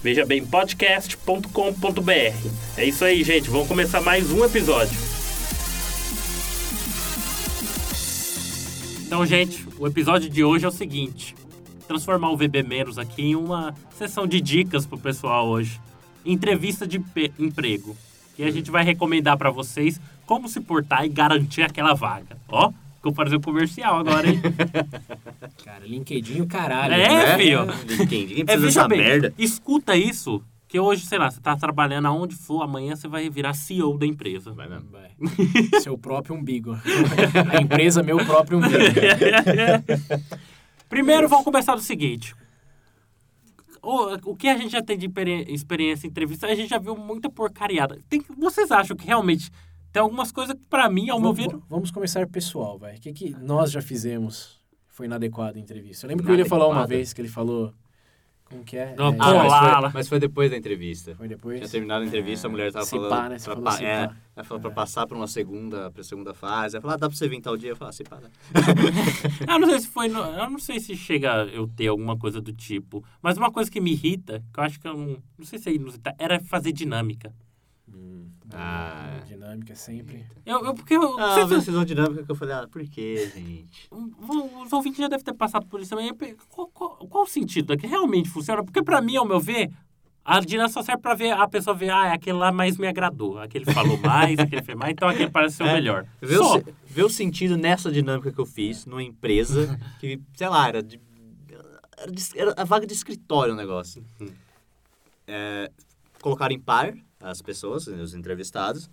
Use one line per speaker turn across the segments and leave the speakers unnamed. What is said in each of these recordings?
vejabempodcast.com.br. É isso aí, gente, vamos começar mais um episódio. Então, gente, o episódio de hoje é o seguinte: transformar o VB Menos aqui em uma sessão de dicas pro pessoal hoje. Entrevista de pe- emprego. E a gente vai recomendar pra vocês como se portar e garantir aquela vaga. Ó, vou fazer o comercial agora, hein?
Cara, LinkedIn o caralho. né?
É, filho.
Ninguém
É,
precisa
veja
dessa
bem,
merda.
escuta isso, que hoje, sei lá, você tá trabalhando aonde for, amanhã você vai virar CEO da empresa.
Vai mesmo.
Vai. Seu próprio umbigo. A empresa, meu próprio
É, tá
umbigo.
Primeiro, vamos começar do seguinte. O, o que a gente já tem de experi- experiência em entrevista, a gente já viu muita porcariada. Tem- vocês acham que realmente tem algumas coisas que, pra mim, ao meu
Vamos,
ver...
vamos começar pessoal, vai. O que, que nós já fizemos foi inadequado em entrevista? Eu lembro que o William
Inadequado.
falou uma vez que ele falou. Como que é?
Não, tá
É,
pô,
Ah, mas,
Olá.
foi, mas foi depois da entrevista.
Foi
Tinha
depois.
terminado a entrevista, a mulher tava
Se
falando.
pá, né? Você
pra,
falou
pa-
se
é,
pá.
ela falou pra passar pra uma segunda, pra segunda fase. Ela falou, ah, dá pra você vir tal dia? Eu falei, ah, se pá. né?
Eu não sei se foi... no- eu não sei se chega a eu ter alguma coisa do tipo. Mas uma coisa que me irrita, que eu acho que eu não... Não sei se é inusitado, era fazer dinâmica.
Ah, é.
Dinâmica sempre.
Eu, eu- porque eu...
Ah,
vocês-
vocês vão dinâmica que eu falei, ah, por quê, gente?
O- Os ouvintes já devem ter passado por isso também. Qual, qual- qual o sentido daqui? Realmente funciona? Porque pra mim, ao meu ver, a dinâmica só serve pra ver a pessoa ver, ah, aquele lá mais me agradou. Aquele falou mais, aquele fez mais, então aquele parece ser o
É,
melhor.
Vê o,
Só.
se- vê o sentido nessa dinâmica que eu fiz numa empresa que, sei lá, era, de, era, de- era a vaga de escritório o negócio.
Uhum.
É, colocaram em par as pessoas, os entrevistados,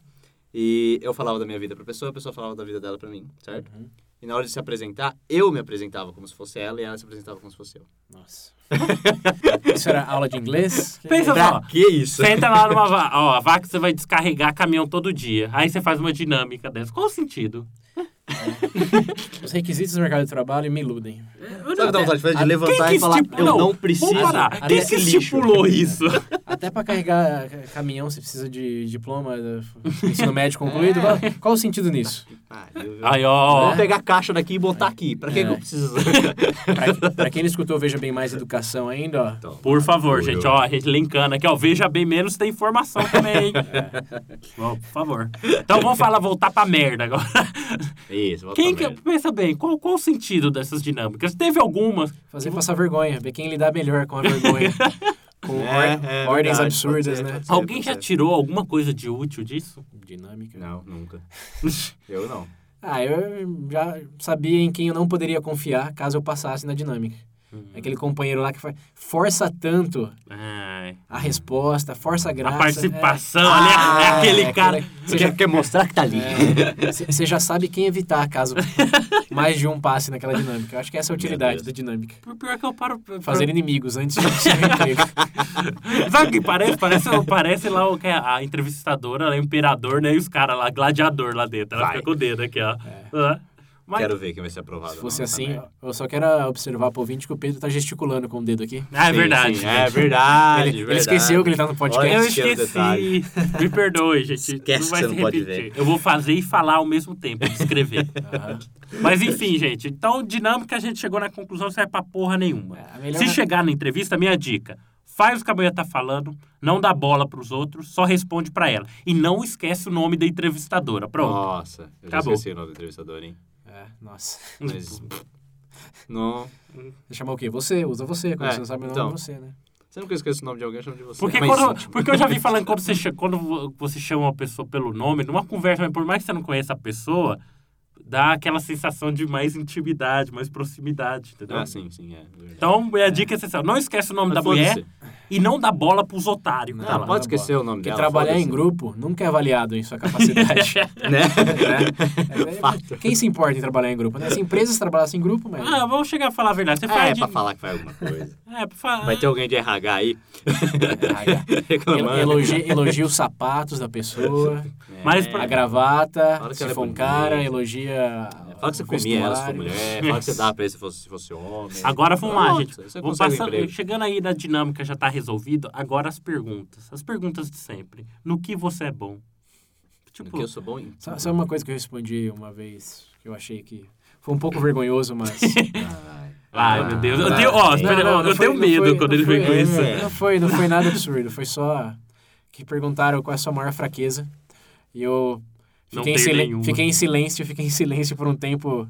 e eu falava da minha vida pra pessoa, a pessoa falava da vida dela pra mim, certo?
Uhum.
E na hora de se apresentar, eu me apresentava como se fosse ela e ela se apresentava como se fosse eu.
Nossa. Isso era aula de inglês? Que-
Pensa só.
que isso?
Você entra lá numa va- ó, a vaca que você vai descarregar caminhão todo dia. Aí você faz uma dinâmica dessa. Qual o sentido?
Os requisitos do mercado de trabalho me iludem.
Sabe o que dá vontade de fazer? De levantar
que
e falar,
estipulou?
eu não,
Vamos
preciso
Vamos parar.
até
Quem que
desse lixo.
estipulou isso?
Até pra carregar eh, caminhão, você precisa de diploma, eh, ensino médio concluído. Qual, qual o sentido nisso?
Ah, eu- eu-
Aí, ó.
Vamos pegar a caixa daqui e botar aqui. Pra que, que eu
É.
preciso?
Pra, pra quem não escutou, veja bem mais educação ainda, ó.
Então,
Por favor,
Por
gente,
eu.
ó, a gente linkando aqui, ó, veja bem menos, tem informação também, hein? Bom, por favor. Então vamos falar, voltar pra merda agora.
Isso, volta
Quem
pra
que,
merda.
pensa bem, qual, qual o sentido dessas dinâmicas? Teve algumas,
Fazer
Uhum.
passar vergonha, ver quem lidar melhor com a vergonha. com
É,
or-
é
ordens
verdade,
absurdas,
pode ser,
né?
pode ser,
alguém
pode
já
ser.
tirou alguma coisa de útil disso?
Dinâmica.
Não, nunca. Eu não.
Ah, eu já sabia em quem eu não poderia confiar caso eu passasse na dinâmica.
Uhum.
Aquele companheiro lá que fa- força tanto
Ai,
Uhum.
a resposta, força a graça.
a participação,
é.
ali, é- é,
Ah,
aquele
é,
cara...
Você já,
quer mostrar que tá ali.
você já sabe quem evitar caso mais de um passe naquela dinâmica. Eu acho que essa é a
Meu
utilidade
Deus.
da dinâmica.
Por pior que eu paro... pra-
Fazer inimigos antes de conseguir um emprego.
Sabe o que parece? Parece, parece lá o que é a entrevistadora, ela é imperador, né? E os caras lá, gladiador lá dentro. Ela
Vai.
fica com o dedo aqui, ó.
É.
Ah, Mas
Quero ver quem vai ser aprovado.
Se fosse
Nossa,
assim,
merda.
eu só quero observar pro ouvinte que o Pedro tá gesticulando com o dedo aqui.
Ah, é
Sim,
verdade.
sim, é verdade.
Ele, ele
verdade.
esqueceu que ele tá no podcast.
Eu
Olha, esquece o
esqueci.
detalhe.
Me perdoe, gente.
Esquece
não vai se
que você não pode
repetir. Eu vou fazer e falar ao mesmo tempo, escrever.
Ah.
Aham.
Mas enfim, gente. Então, dinâmica, a gente chegou na conclusão, serve pra porra nenhuma.
A melhor-
Se chegar na entrevista, minha dica. Faz o que a mulher tá falando, não dá bola pros outros, só responde pra ela. E não esquece o nome da entrevistadora. Pronto.
Nossa, eu já
Acabou.
esqueci o nome do entrevistador, hein?
É, nossa.
Mas. não.
Chamar o quê? Você, usa você. Quando
É,
você não sabe o nome,
então.
é você, né?
Sempre que eu esqueço o nome de alguém, eu chamo de você.
Porque,
Mas,
quando,
gente,
porque eu já vi falando quando você, cha- quando vo- você chama uma pessoa pelo nome, numa conversa, mas por mais que você não conheça a pessoa, dá aquela sensação de mais intimidade, mais proximidade, entendeu?
Ah, sim, sim, é. verdade.
Então, é a dica essencial. Não esquece o nome
Mas
da mulher
foda-se.
e não dá bola pros otários. que
Não,
tá lá.
pode esquecer o nome
Porque
dela.
trabalhar em
foda-se.
grupo nunca é avaliado em sua capacidade. É, né?
Né? Fato.
Quem se importa em trabalhar em grupo? Né? Se empresas trabalhassem em grupo, mas.
Ah, vamos chegar a falar a verdade. Você faz
É,
de-
pra falar que faz alguma coisa.
É, pra falar.
Vai ter um alguém de RH aí.
né, El-
Reclamando.
Elogia, elogia os sapatos da pessoa,
É.
Mas
a
pra-
gravata,
Fala que
se
ela é
for um
bonita.
cara, elogia.
É, Fala que você
o
comia ela se for
vestuário.
mulher, fala que você dá pra ele se fosse, se fosse homem.
Agora vamos lá,
Pronto,
gente.
Você
Vou
consegue um
passando-
emprego.
chegando aí na dinâmica, já tá resolvido. Agora as perguntas. As perguntas de sempre. No que você é bom?
No
Tipo,
que eu sou bom em...
Sabe, sabe uma coisa que eu respondi uma vez que eu achei que foi um pouco vergonhoso, mas.
Ah,
É,
ai meu Deus. Eu tenho, ó,
Não,
espera- eu
não, não foi-
tenho
não
medo
foi-
quando
não
ele vem
foi-
com
é,
isso.
é.
Não foi, não foi nada absurdo, foi só que perguntaram qual é a sua maior fraqueza. E eu
Não
fiquei, em,
tem
silen-
nenhuma.
fiquei em silêncio, fiquei em silêncio por um tempo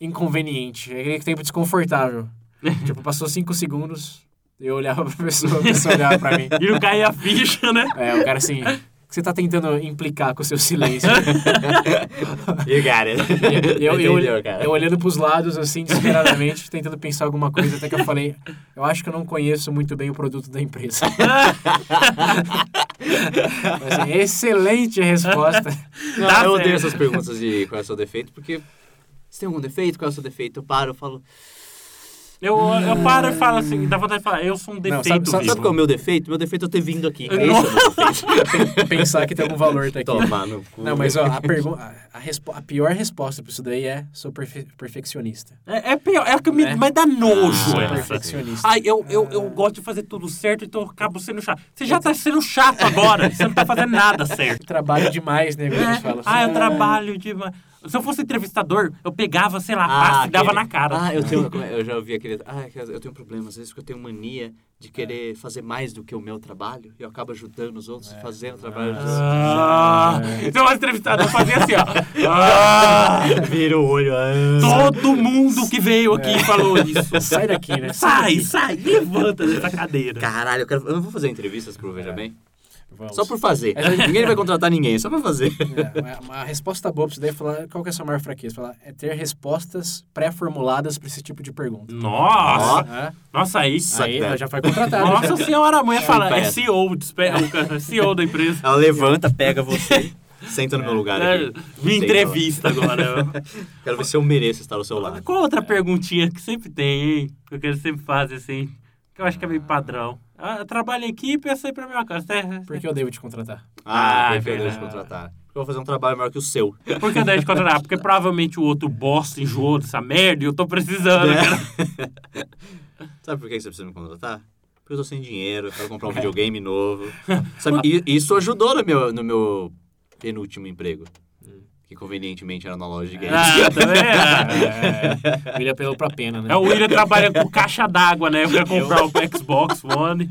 inconveniente, aquele tempo desconfortável. tipo, passou cinco segundos, eu olhava pra pessoa, a pessoa olhava pra mim.
E não cai a ficha, né?
É, o cara assim, o que você tá tentando implicar com o seu silêncio?
You got it.
Eu, eu,
Entendeu, cara?
eu olhando pros lados, assim, desesperadamente, tentando pensar alguma coisa, até que eu falei, eu acho que eu não conheço muito bem o produto da empresa. Mas, assim, excelente resposta.
Não,
Tá
eu odeio
certo.
essas perguntas de qual é o seu defeito, porque... Você tem algum defeito? Qual é o seu defeito? Eu paro, eu falo...
Eu, eu paro e falo assim, dá vontade de falar, eu sou um defeito
sabe- sabe-
vivo.
Isso.
Sabe qual é o meu defeito? Meu defeito é eu ter vindo aqui.
Eu
Esse é o meu defeito.
Pensar que tem algum valor tá aqui.
Tomar no cu.
Não, mas ó, a, pergu- a- a respo- a pior resposta pra isso daí é sou perfe- perfeccionista.
É, é pior, é que me,
Né?
mas dá nojo
Sou
Ah,
essa.
perfeccionista.
Ai, eu, eu, eu gosto de fazer tudo certo, então eu acabo sendo chato. Você já tá sendo chato agora, você não tá fazendo nada certo.
Trabalho demais,
É.
né? Eles falam
Ah, eu
assim.
trabalho demais. Se eu fosse entrevistador, eu pegava, sei lá,
Ah,
pasta e dava
aquele-
na cara.
Ah, eu tenho. como é- Eu já ouvi aquele. Ah, que eu tenho um problema, às vezes, porque eu tenho mania de querer fazer mais do que o meu trabalho e eu acabo ajudando os outros a fazer o trabalho dos
Ah, então o entrevistador fazia assim, ó. Ah,
outros. Vira o olho. ah.
todo mundo que veio aqui falou isso.
Sai daqui, né?
Sai, sai, levanta dessa cadeira.
Caralho, eu, quero... eu não vou fazer entrevistas pro Veja Bem.
Vamos.
Só por fazer. Ninguém vai contratar ninguém, só pra fazer.
É, uma- uma resposta boa pra isso daí é falar qual que é a sua maior fraqueza. Falar, é ter respostas pré-formuladas pra esse tipo de pergunta.
Nossa,
Ah,
nossa, aí.
Suck
aí
that.
ela já foi contratada.
Nossa
já.
senhora, a mulher fala, é
Parece.
CEO, despe- o cara é CEO da empresa.
Ela levanta, pega você, senta no meu lugar.
É,
Aqui.
me
Sei
entrevista agora.
lá. Quero ver se eu mereço estar ao seu lado.
Qual outra perguntinha que sempre tem, hein? Que eu quero sempre fazer, assim. Que eu acho que é meio padrão. Ah, eu trabalho em equipe, eu sei pra mesma coisa. Você-
Por que eu devo te contratar?
Ah,
Ah, porque eu
verdade.
deixo contratar. Porque eu vou fazer um trabalho maior que o seu.
Por que eu deixo de contratar? Porque provavelmente o outro bosta enjoou dessa merda e eu tô
É.
precisando. cara.
Né? Sabe por que você precisa me contratar? Porque eu tô sem dinheiro, eu quero comprar um videogame novo. Sabe, e- isso ajudou no meu, no meu penúltimo emprego. Que convenientemente era na loja de games.
Ah, tá vendo?
É, ele apelou pra pena, né?
É o William trabalha com caixa d'água, né? Eu quero comprar o Xbox One.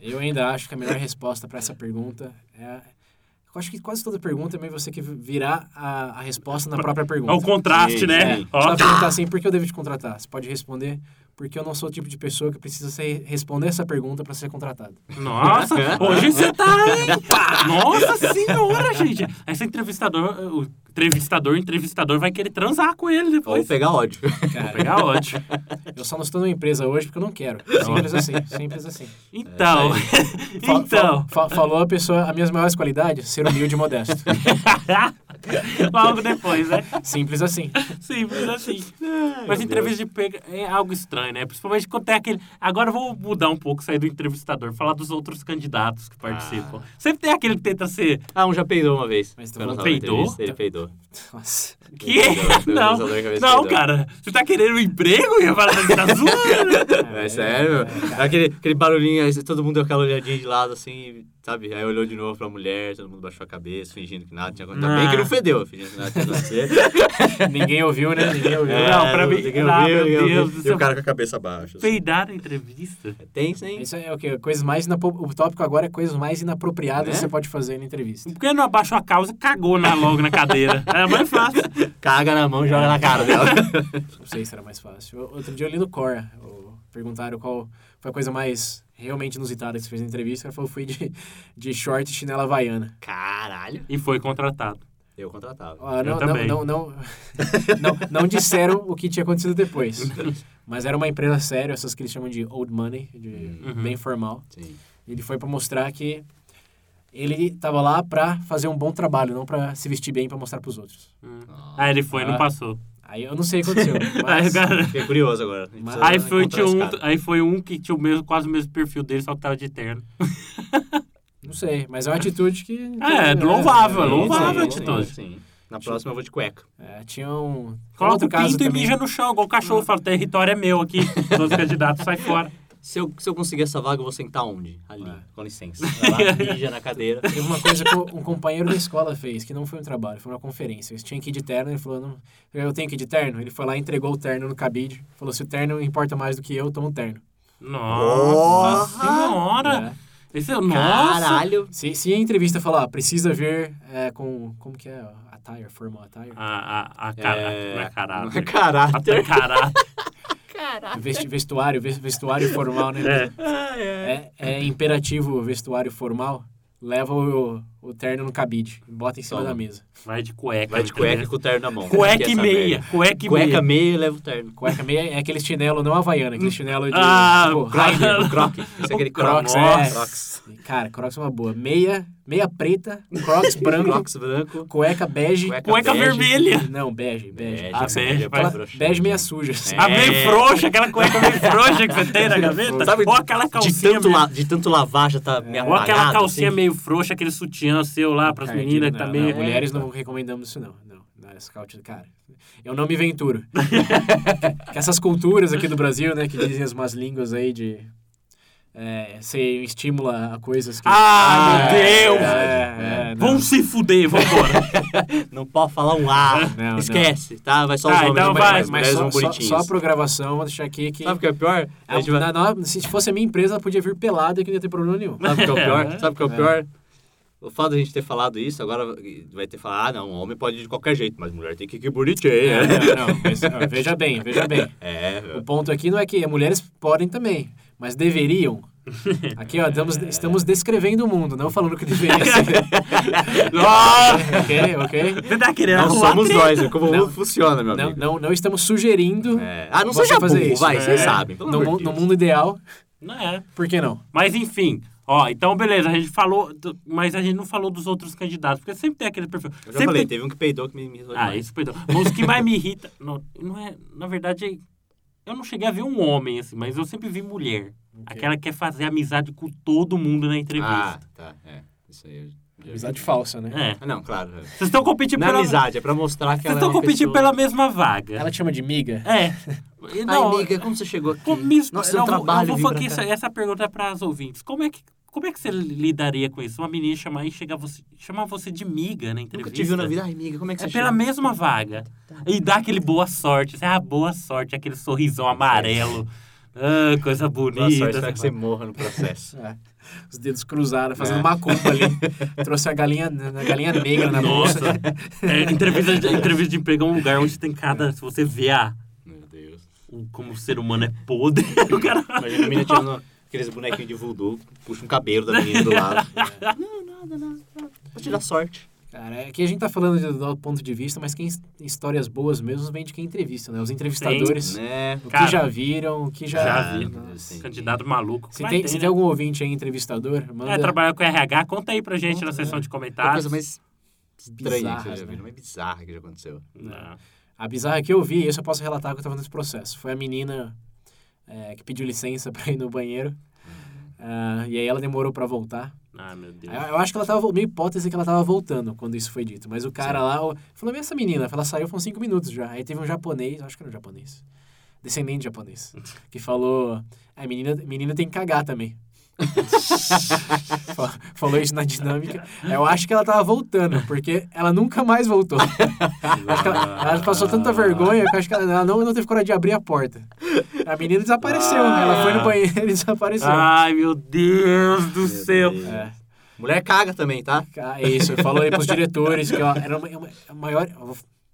Eu ainda acho que a melhor resposta pra essa pergunta é... Eu acho que quase toda pergunta é meio você que virar a, a resposta na própria
É o
pergunta.
contraste,
Sim,
né?
sim.
Ó.
Você vai perguntar assim, por que eu devo te contratar? Você pode responder, porque eu não sou o tipo de pessoa que precisa ser- responder essa pergunta pra ser contratado.
Nossa, hoje você tá, hein? pá? Nossa senhora, gente. Esse entrevistador, o entrevistador, o entrevistador vai querer transar com ele
Ou
depois.
pegar ódio.
Vou pegar ódio.
Eu só não estou numa empresa hoje porque eu não quero. Simples assim, simples assim.
Então,
Fa-
então,
fa- fa- falou a pessoa, as minhas maiores qualidades, ser humilde e modesto.
logo depois, né?
Simples assim.
Simples assim.
meu
Mas entrevista de pega é algo estranho, né? Principalmente quando tem aquele. Agora eu vou mudar um pouco, sair do entrevistador, falar dos outros candidatos que participam. Sempre tem aquele que tenta ser.
Ah, um já peidou uma vez.
Mas tu
Quando
não
eu tava na
peidou?
entrevista, Ele peidou.
Nossa.
Que? Não, não, cara. Você tá querendo um emprego? E eu falo, você tá zoando.
É sério? Aquele, aquele barulhinho, aí todo mundo deu aquela olhadinha de lado assim, sabe? Aí olhou de novo pra mulher, todo mundo baixou a cabeça, fingindo que nada tinha acontecido. Ainda bem que não fedeu, fingindo que nada tinha acontecido.
Ninguém ouviu, né? Ninguém ouviu.
É. Não, pra mim-
ninguém
ah,
ouviu,
meu
ninguém
Deus
ouviu.
do
E
céu.
o cara com a cabeça baixa. assim.
Peidar na entrevista?
Tem, sim.
Isso é o quê? Coisas mais inapro... O tópico agora é coisas mais inapropriadas que
Né?
você pode fazer na entrevista.
Por que não abaixou a calça e cagou na, logo na cadeira? É mais fácil.
Caga na mão e joga na cara dela.
Não sei se era mais fácil. O- Outro dia eu li no Cora. o- Perguntaram qual foi a coisa mais realmente inusitada que você fez na entrevista. Ela falou, fui de, de short e chinela havaiana.
Caralho.
E foi contratado.
Eu contratava.
Ah, não, não,
também.
não, não, não, não disseram o que tinha acontecido depois. Mas era uma empresa séria, essas que eles chamam de old money, de-
Uhum.
bem formal.
Sim.
Ele foi pra mostrar que ele tava lá pra fazer um bom trabalho, não pra se vestir bem pra mostrar pros outros.
Aí ele foi e não
Ah.
passou.
Aí eu não sei o que aconteceu.
Aí, o
Mas...
cara-
Fiquei curioso agora. A gente
Mas-
precisa
aí foi,
encontrar
tinha
esse
um,
cara.
aí foi um que tinha o mesmo, quase o mesmo perfil dele, só que tava de terno.
Não sei, mas é uma atitude que.
É, louvável,
é,
louvável
é,
a atitude.
Sim. Na próxima eu vou de cueca.
É, tinha um.
Coloca
outro
o pinto
caso
e
também.
mija no chão, igual o cachorro. Fala, território é meu aqui. Todos os candidatos saem fora.
Se eu, se eu conseguir essa vaga, eu vou sentar onde? Ali,
Ah.
com licença. Vai lá, mija na cadeira.
Teve uma coisa que um companheiro da escola fez, que não foi um trabalho, foi uma conferência. Eles tinham que ir de terno, ele falou, não, eu tenho que ir de terno. Ele foi lá, entregou o terno no cabide, falou, se o terno importa mais do que eu, toma o terno.
Nossa senhora!
É.
Esse é, nossa!
Caralho!
Se, se a entrevista falar, ó, precisa vir é, com, como que é, ó, attire, formal attire,
A, a, a cara, não é caralho.
Não é caráter.
Até caráter.
Vesti- vestuário, ves- vestuário formal, né? É, é imperativo o vestuário formal, leva o, o terno no cabide, bota em cima
Toma.
da mesa.
Vai de cueca.
Vai de
entendeu?
cueca e com o terno na mão.
Cueca
Que
e
essa
meia.
merda.
Cueca e
Cueca,
meia.
meia e leva o terno.
Cueca meia é aquele chinelo não havaiano, aquele chinelo de...
Ah,
tipo,
claro.
Ryder.
O croque. Esse é aquele
Crocs,
Nossa.
é. Cara, Crocs é uma boa. Meia, meia preta, Crocs branco,
Crocs branco.
cueca bege.
Cueca
bege.
vermelha.
Não, bege, bege.
Bege,
Ah,
bege,
bege,
Aquela
vai.
broxante.
bege meia suja. assim.
A
É.
meio frouxa, aquela cueca meio frouxa que você tem na gaveta.
Sabe,
ou Tá aquela
de,
calcinha
tanto
meio...
la- de tanto lavar já tá meio
Ou aquela
apagado,
calcinha
assim.
meio frouxa, aquele sutiã seu lá pras
Cara,
meninas que
não,
tá
não,
meio...
mulheres não recomendamos isso, não. Não, não é scout, cara. Eu não me aventuro. que essas culturas aqui do Brasil, né, que dizem as más línguas aí de... É, você estimula a coisas que...
Ah, meu
É,
Deus!
é, é, não.
Vão se fuder, vambora.
Não pode falar um A.
Não, não.
Esquece, tá? Vai só os
Ah,
homens.
então
não
vai,
mais,
Mas
mulheres
só,
vão
só,
bonitinhos.
só pro gravação, vou deixar aqui
Tá
que...
Sabe o que é o pior? A
Ah,
gente vai-
na- na- se fosse a minha empresa, ela podia vir pelada que não ia ter problema nenhum.
Sabe o que é o
É.
pior? Sabe o que é o pior? O fato da gente ter falado isso, agora vai ter que falar, ah, não, homem pode ir de qualquer jeito, mas mulher tem que ir
É,
bonitinha.
não, não, mas, ó, veja bem, veja bem.
É,
O ponto aqui não é que mulheres podem também, mas deveriam. Aqui, ó, estamos, estamos descrevendo o mundo, não falando que deveria ser.
Nossa!
ok, ok?
Você tá querendo
não
arrumar
somos
treta?
nós, é como o mundo
Não.
funciona, meu
Não,
amigo.
não, não estamos sugerindo
É. Ah, não
você
seja
fazer
burro,
isso.
vai,
né?
vocês sabem. pelo
No,
amor
mu-
de
no
Deus.
mundo ideal,
Não é.
por que não?
Mas enfim, ó, então beleza, a gente falou, do- mas a gente não falou dos outros candidatos, porque sempre tem aquele perfil.
Eu já
sempre
falei,
tem-
teve um que peidou que me, me
Ah, isso, perdão. Mas o que mais me irrita, não, não é, na verdade, eu não cheguei a ver um homem assim, mas eu sempre vi mulher. Aquela que quer fazer amizade com todo mundo na
Ah,
entrevista.
tá, é. Isso aí. eu já-
Amizade falsa, né?
É.
Ah, Não, claro. é.
Vocês estão competindo
Não é
pela
amizade, é pra mostrar que
Vocês
ela é
estão
uma
competindo
pessoa...
pela mesma vaga.
Ela te chama de miga?
É. E
Ai,
não,
amiga, como você chegou aqui?
como isso-
Nossa,
não,
eu
vou-
trabalho,
eu
vim
vou
pra
aqui,
cá.
essa, essa pergunta é para os ouvintes. Como é que como é que você lidaria com isso? Uma menina chamar e chegar você, chamar você de miga na entrevista.
Nunca te viu na vida. Ai, amiga, como é que
É
você
pela
chegou?
mesma vaga. E dá aquele boa sorte. É a boa sorte, aquele sorrisão amarelo. Ah, coisa bonita.
Boa sorte, espero que você morra no processo.
É. Os dedos cruzaram, fazendo
É.
macumba ali. Trouxe a galinha, a galinha negra na
Nossa.
bolsa.
É, entrevista, de, entrevista de emprego é um lugar onde tem cada. Se você vê a,
Meu Deus.
o- como o ser humano é podre, o cara.
Imagina a menina tirando aqueles bonequinhos de voodoo, puxa um cabelo da menina do lado. Não, nada, nada. Pra tirar sorte.
Cara, é que a gente tá falando de- do ponto de vista, mas quem tem histórias boas mesmo vem de quem entrevista, né? Os entrevistadores,
Né?
o
Cara,
que já viram, o que já...
já vi.
Nossa.
Sim.
Candidato maluco.
Se,
Mas
tem, se
né?
tem algum ouvinte aí, entrevistador, manda...
É, trabalhar com RH, conta aí pra gente
Conta,
na
né?
seção de
Uma
comentários.
coisa mais estranha que você
Bizarras,
já viu,
né?
uma bizarra que já aconteceu.
Não.
A bizarra é que eu vi, isso eu posso relatar que eu tava nesse processo. Foi a menina é, que pediu licença pra ir no banheiro. ah, e aí ela demorou pra voltar.
Ah, meu Deus.
Eu, eu acho que ela tava... vo- Minha hipótese é que ela tava voltando quando isso foi dito. Mas o cara lá... o- Falou, "Mas essa menina? Ela saiu, foram cinco minutos já. Aí teve um japonês, acho que era um japonês. Descendente de japonês. Que falou... A menina, menina tem que cagar também. Fa- Falou isso na dinâmica. Eu acho que ela tava voltando, porque ela nunca mais voltou. Acho que ela,
Ah.
ela passou tanta vergonha que eu acho que ela, ela não, não teve coragem de abrir a porta. A menina desapareceu. né?
Ah.
Ela foi no banheiro e desapareceu.
Ai, meu Deus do céu.
Deus.
É,
Mulher caga também, tá?
ah, é isso. Falou aí pros diretores que ó, era uma, uma- a maior.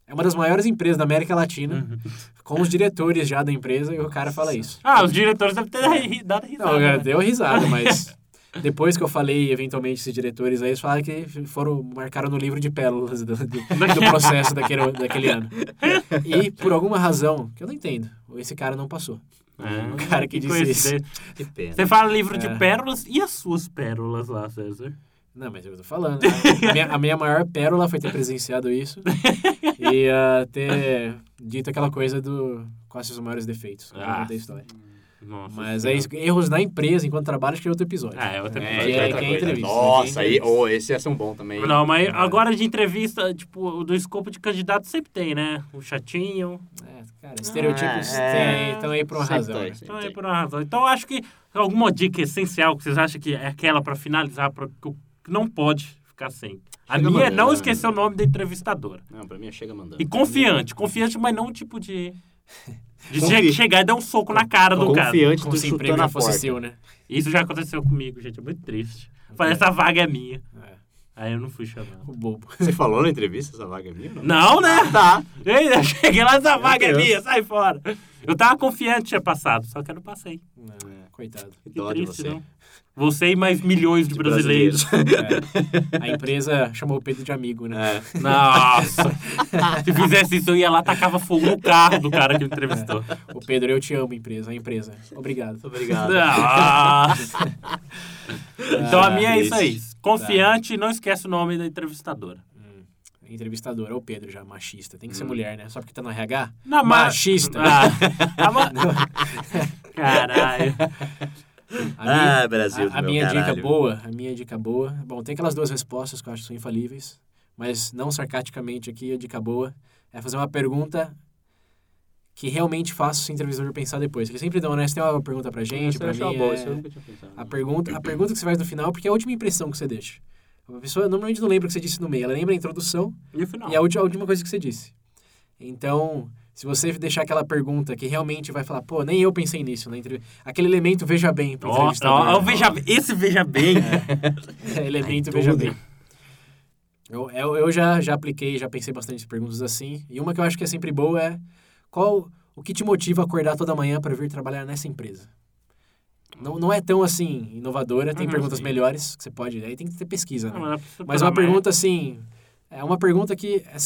É uma das maiores empresas da América Latina, com os diretores já da empresa, e o cara fala isso.
Ah, os diretores devem ter ri- dado risada.
Não, cara,
né?
deu risada, mas. Depois que eu falei, eventualmente, esses diretores aí, eles falaram que foram, marcaram no livro de pérolas do, do- do processo daquele, daquele ano. E, por alguma razão, que eu não entendo, esse cara não passou.
Ah,
O cara que disse
coincidência.
Que pena.
Você fala livro de
É.
pérolas e as suas pérolas lá, César?
Não, mas é eu tô falando. né? A minha, a minha maior pérola foi ter presenciado isso e ah, ter dito aquela coisa do quais seus maiores defeitos. né? que eu
Ah.
contei a história.
Nossa.
Mas é
Senhora.
isso. Erros na empresa enquanto trabalho, acho que é outro episódio.
Ah, é outra
É,
coisa.
que é
outra
a
coisa.
entrevista,
Nossa,
que é a
aí,
entrevista.
oh, esse ia ser um bom também.
Não, mas agora de entrevista, tipo, o do escopo de candidato sempre tem, né? O chatinho.
É, cara, estereotipos
Ah, é.
estão aí por uma
Sempre
razão.
tá aí,
né?
sempre
Então
tá
é
aí.
por uma razão. Então eu acho que alguma dica essencial que vocês acham que é aquela pra finalizar, pra, que eu- que não pode ficar sem. A
Chega
minha é
mandando,
não
né?
esquecer o nome da entrevistadora.
Não, pra mim é chega mandando.
E confiante. Confiante, mas não tipo de. De che-
Confi-
chegar e dar um soco na cara do cara.
Confiante,
Como
tu
se emprego
chutando
já
a
fosse
porta.
seu, né?
Isso já aconteceu comigo, gente. É muito triste. Falei, essa vaga é minha.
É,
Aí eu não fui chamado.
o bobo.
Você falou na entrevista essa vaga é minha? ou Não.
Não, né?
Tá.
Ei, Eu cheguei lá, essa vaga é
Deus.
minha, sai fora. Eu tava confiante que tinha passado, só que eu não passei.
Não, é, coitado.
Que
Que dó de
triste,
você.
não. Você e mais milhões de,
De
brasileiros.
É. A empresa chamou o Pedro de amigo, né?
É.
Nossa! Se fizesse isso, eu ia lá, tacava fogo no carro do cara que me entrevistou.
O Pedro, eu te amo, empresa. A empresa. Obrigado.
Muito obrigado.
Nossa. Então
Ah,
a minha é isso aí.
Ah, triste.
Confiante e não esquece o nome da entrevistadora.
Entrevistadora, é o Pedro já, machista. Tem que
Hum.
ser mulher, né? Só porque tá no RH?
Na ma-
Machista.
Ah, a ma- Caralho.
A minha-
Ah, Brasil do
A, a
meu
minha
caralho.
dica boa, a minha dica boa. Bom, tem aquelas duas respostas que eu acho que são infalíveis, mas não sarcasticamente aqui, a dica boa é fazer uma pergunta que realmente faça o entrevistador pensar depois. Porque sempre dão, né? Você tem uma pergunta pra gente,
Essa eu
pra
achei
mim.
uma boa,
é-
essa eu nunca tinha pensado.
a, pergunta, a pergunta que você faz no final, porque é a última impressão que você deixa. A pessoa normalmente não lembra o que você disse no meio, ela lembra a introdução
E o final?
e a última, a última coisa que você disse. Então, se você deixar aquela pergunta que realmente vai falar, pô, nem eu pensei nisso, né? Entre- aquele elemento veja bem pro
Ó,
entrevistador.
ó, ó, veja bem. Esse veja bem.
É, elemento
Ai,
veja
tudo.
bem. Eu, eu, eu já, já apliquei, já pensei bastante em perguntas assim. E uma que eu acho que é sempre boa é qual o que te motiva a acordar toda manhã para vir trabalhar nessa empresa? Não, não é tão assim inovadora, tem
Uhum,
perguntas
sim.
melhores que você pode. Aí tem que ter pesquisa, né?
Não, mas é pra superar
Mas uma
mais.
pergunta assim. É uma pergunta que é,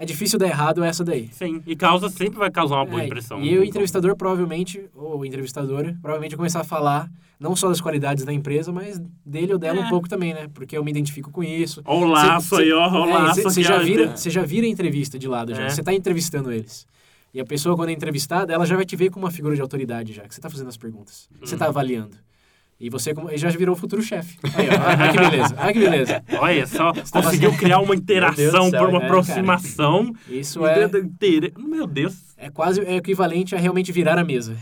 é difícil dar errado essa daí.
Sim, e causa sempre vai causar uma boa
É,
impressão.
E o entrevistador provavelmente, ou entrevistadora, provavelmente vai começar a falar não só das qualidades da empresa, mas dele ou dela
É.
um pouco também, né? Porque eu me identifico com isso. É,
Olha o laço
Cê-
aí, ó. Olha o laço. é.
Você
aqui,
já,
ó.
vira- cê já vira a entrevista de lado
É.
já. Você tá entrevistando eles. E a pessoa, quando é entrevistada, ela já vai te ver como uma figura de autoridade já, que você tá fazendo as perguntas. Você
Hum.
tá avaliando. E você como- e já virou o futuro chefe. Aí, ó, olha que beleza, olha que beleza.
Olha só,
tá
conseguiu criar uma
Meu Deus
interação
do céu,
por uma
né,
aproximação.
Isso
Meu
é,
Deus, intere- Meu Deus.
é quase é equivalente a realmente virar a mesa.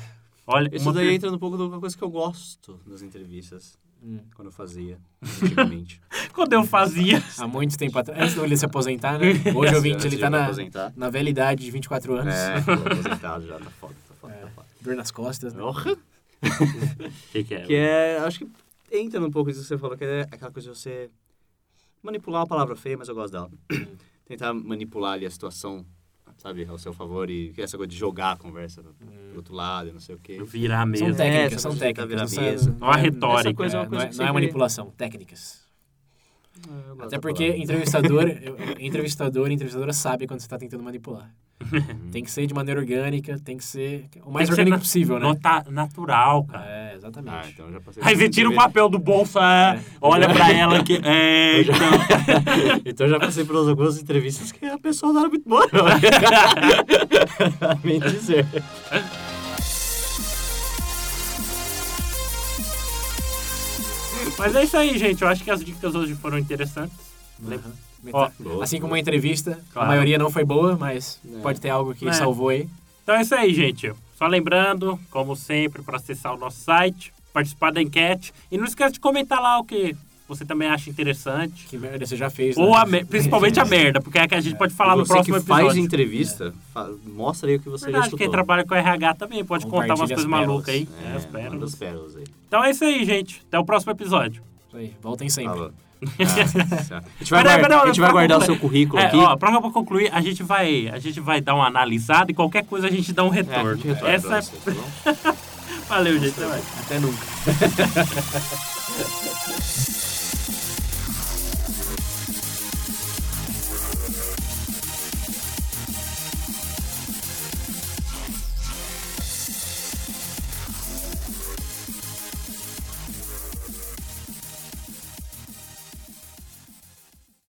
Olha,
é
Isso
uma
daí
per-
entra um pouco de uma coisa que eu gosto nas entrevistas.
Hum.
Quando eu fazia, antigamente.
quando eu fazia.
Há muito tempo atrás, antes do William se aposentar, né? Hoje o ouvinte,
Antes
ele
de
tá
eu me
na,
aposentar.
na velha idade de 24 anos.
É, tô aposentado já, tá foda, tá foda, tá foda.
Dor nas costas, né?
Orra.
O que, que é?
Que é, acho que entra num pouco isso que você falou, que é aquela coisa de você manipular uma palavra feia, mas eu gosto dela.
Hum.
Tentar manipular ali a situação, sabe, ao seu favor e essa coisa de jogar a conversa
Hum.
pro outro lado e não sei o quê.
Virar
São
mesmo.
técnicas,
é, essa
são
coisa de virar
técnicas.
mesa.
são-
Não há retórica. né?
Essa coisa é uma
É,
coisa
não é,
que
não é
sempre-
manipulação, técnicas.
É, eu gosto
Até
da
porque
palavra.
entrevistador, eu- entrevistador e entrevistadora sabe quando você está tentando manipular.
Uhum.
tem que ser de maneira orgânica, tem que ser o
Tem que
mais
ser
orgânico
na-
possível, né?
Nota natural, cara.
É, exatamente.
Ah, então eu já passei...
Aí você tira um o papel do bolso, é, olha pra ela que. É, então.
Então eu já passei por algumas entrevistas que a pessoa não era muito boa, não.
então.
Bem dizer.
Mas é isso aí, gente. Eu acho que as dicas hoje foram interessantes. né?
Uhum.
Ó,
Assim como a entrevista,
Claro.
a maioria não foi boa, mas
É.
pode ter algo que
É.
salvou aí.
Então é isso aí, gente. Só lembrando, como sempre, para acessar o nosso site, participar da enquete. E não esquece de comentar lá o que você também acha interessante.
Que merda você já fez.
Ou
né?
a mer- principalmente a merda, porque é que a gente pode falar no
você
próximo
que faz
episódio.
entrevista, fa- mostra aí o que você já
Verdade,
escutou.
quem trabalha com RH também pode contar umas
Compartilha
coisas
as
malucas aí.
É,
É, as
manda
pérolas.
as pérolas aí.
Então é isso aí, gente. Até o próximo episódio.
Isso aí, voltem sempre.
Fala. Ah, a gente vai,
Peraí,
guar-
peraí,
a gente vai
pra
guardar o seu
concluir-
currículo
É,
aqui.
ó, pra, pra concluir, a gente, vai, a gente vai dar uma analisada e qualquer coisa a gente dá um
É, a
retorno.
gente retorna
Essa
pra
é...
você, tá bom?
Valeu, gente. Até mais.
Até nunca.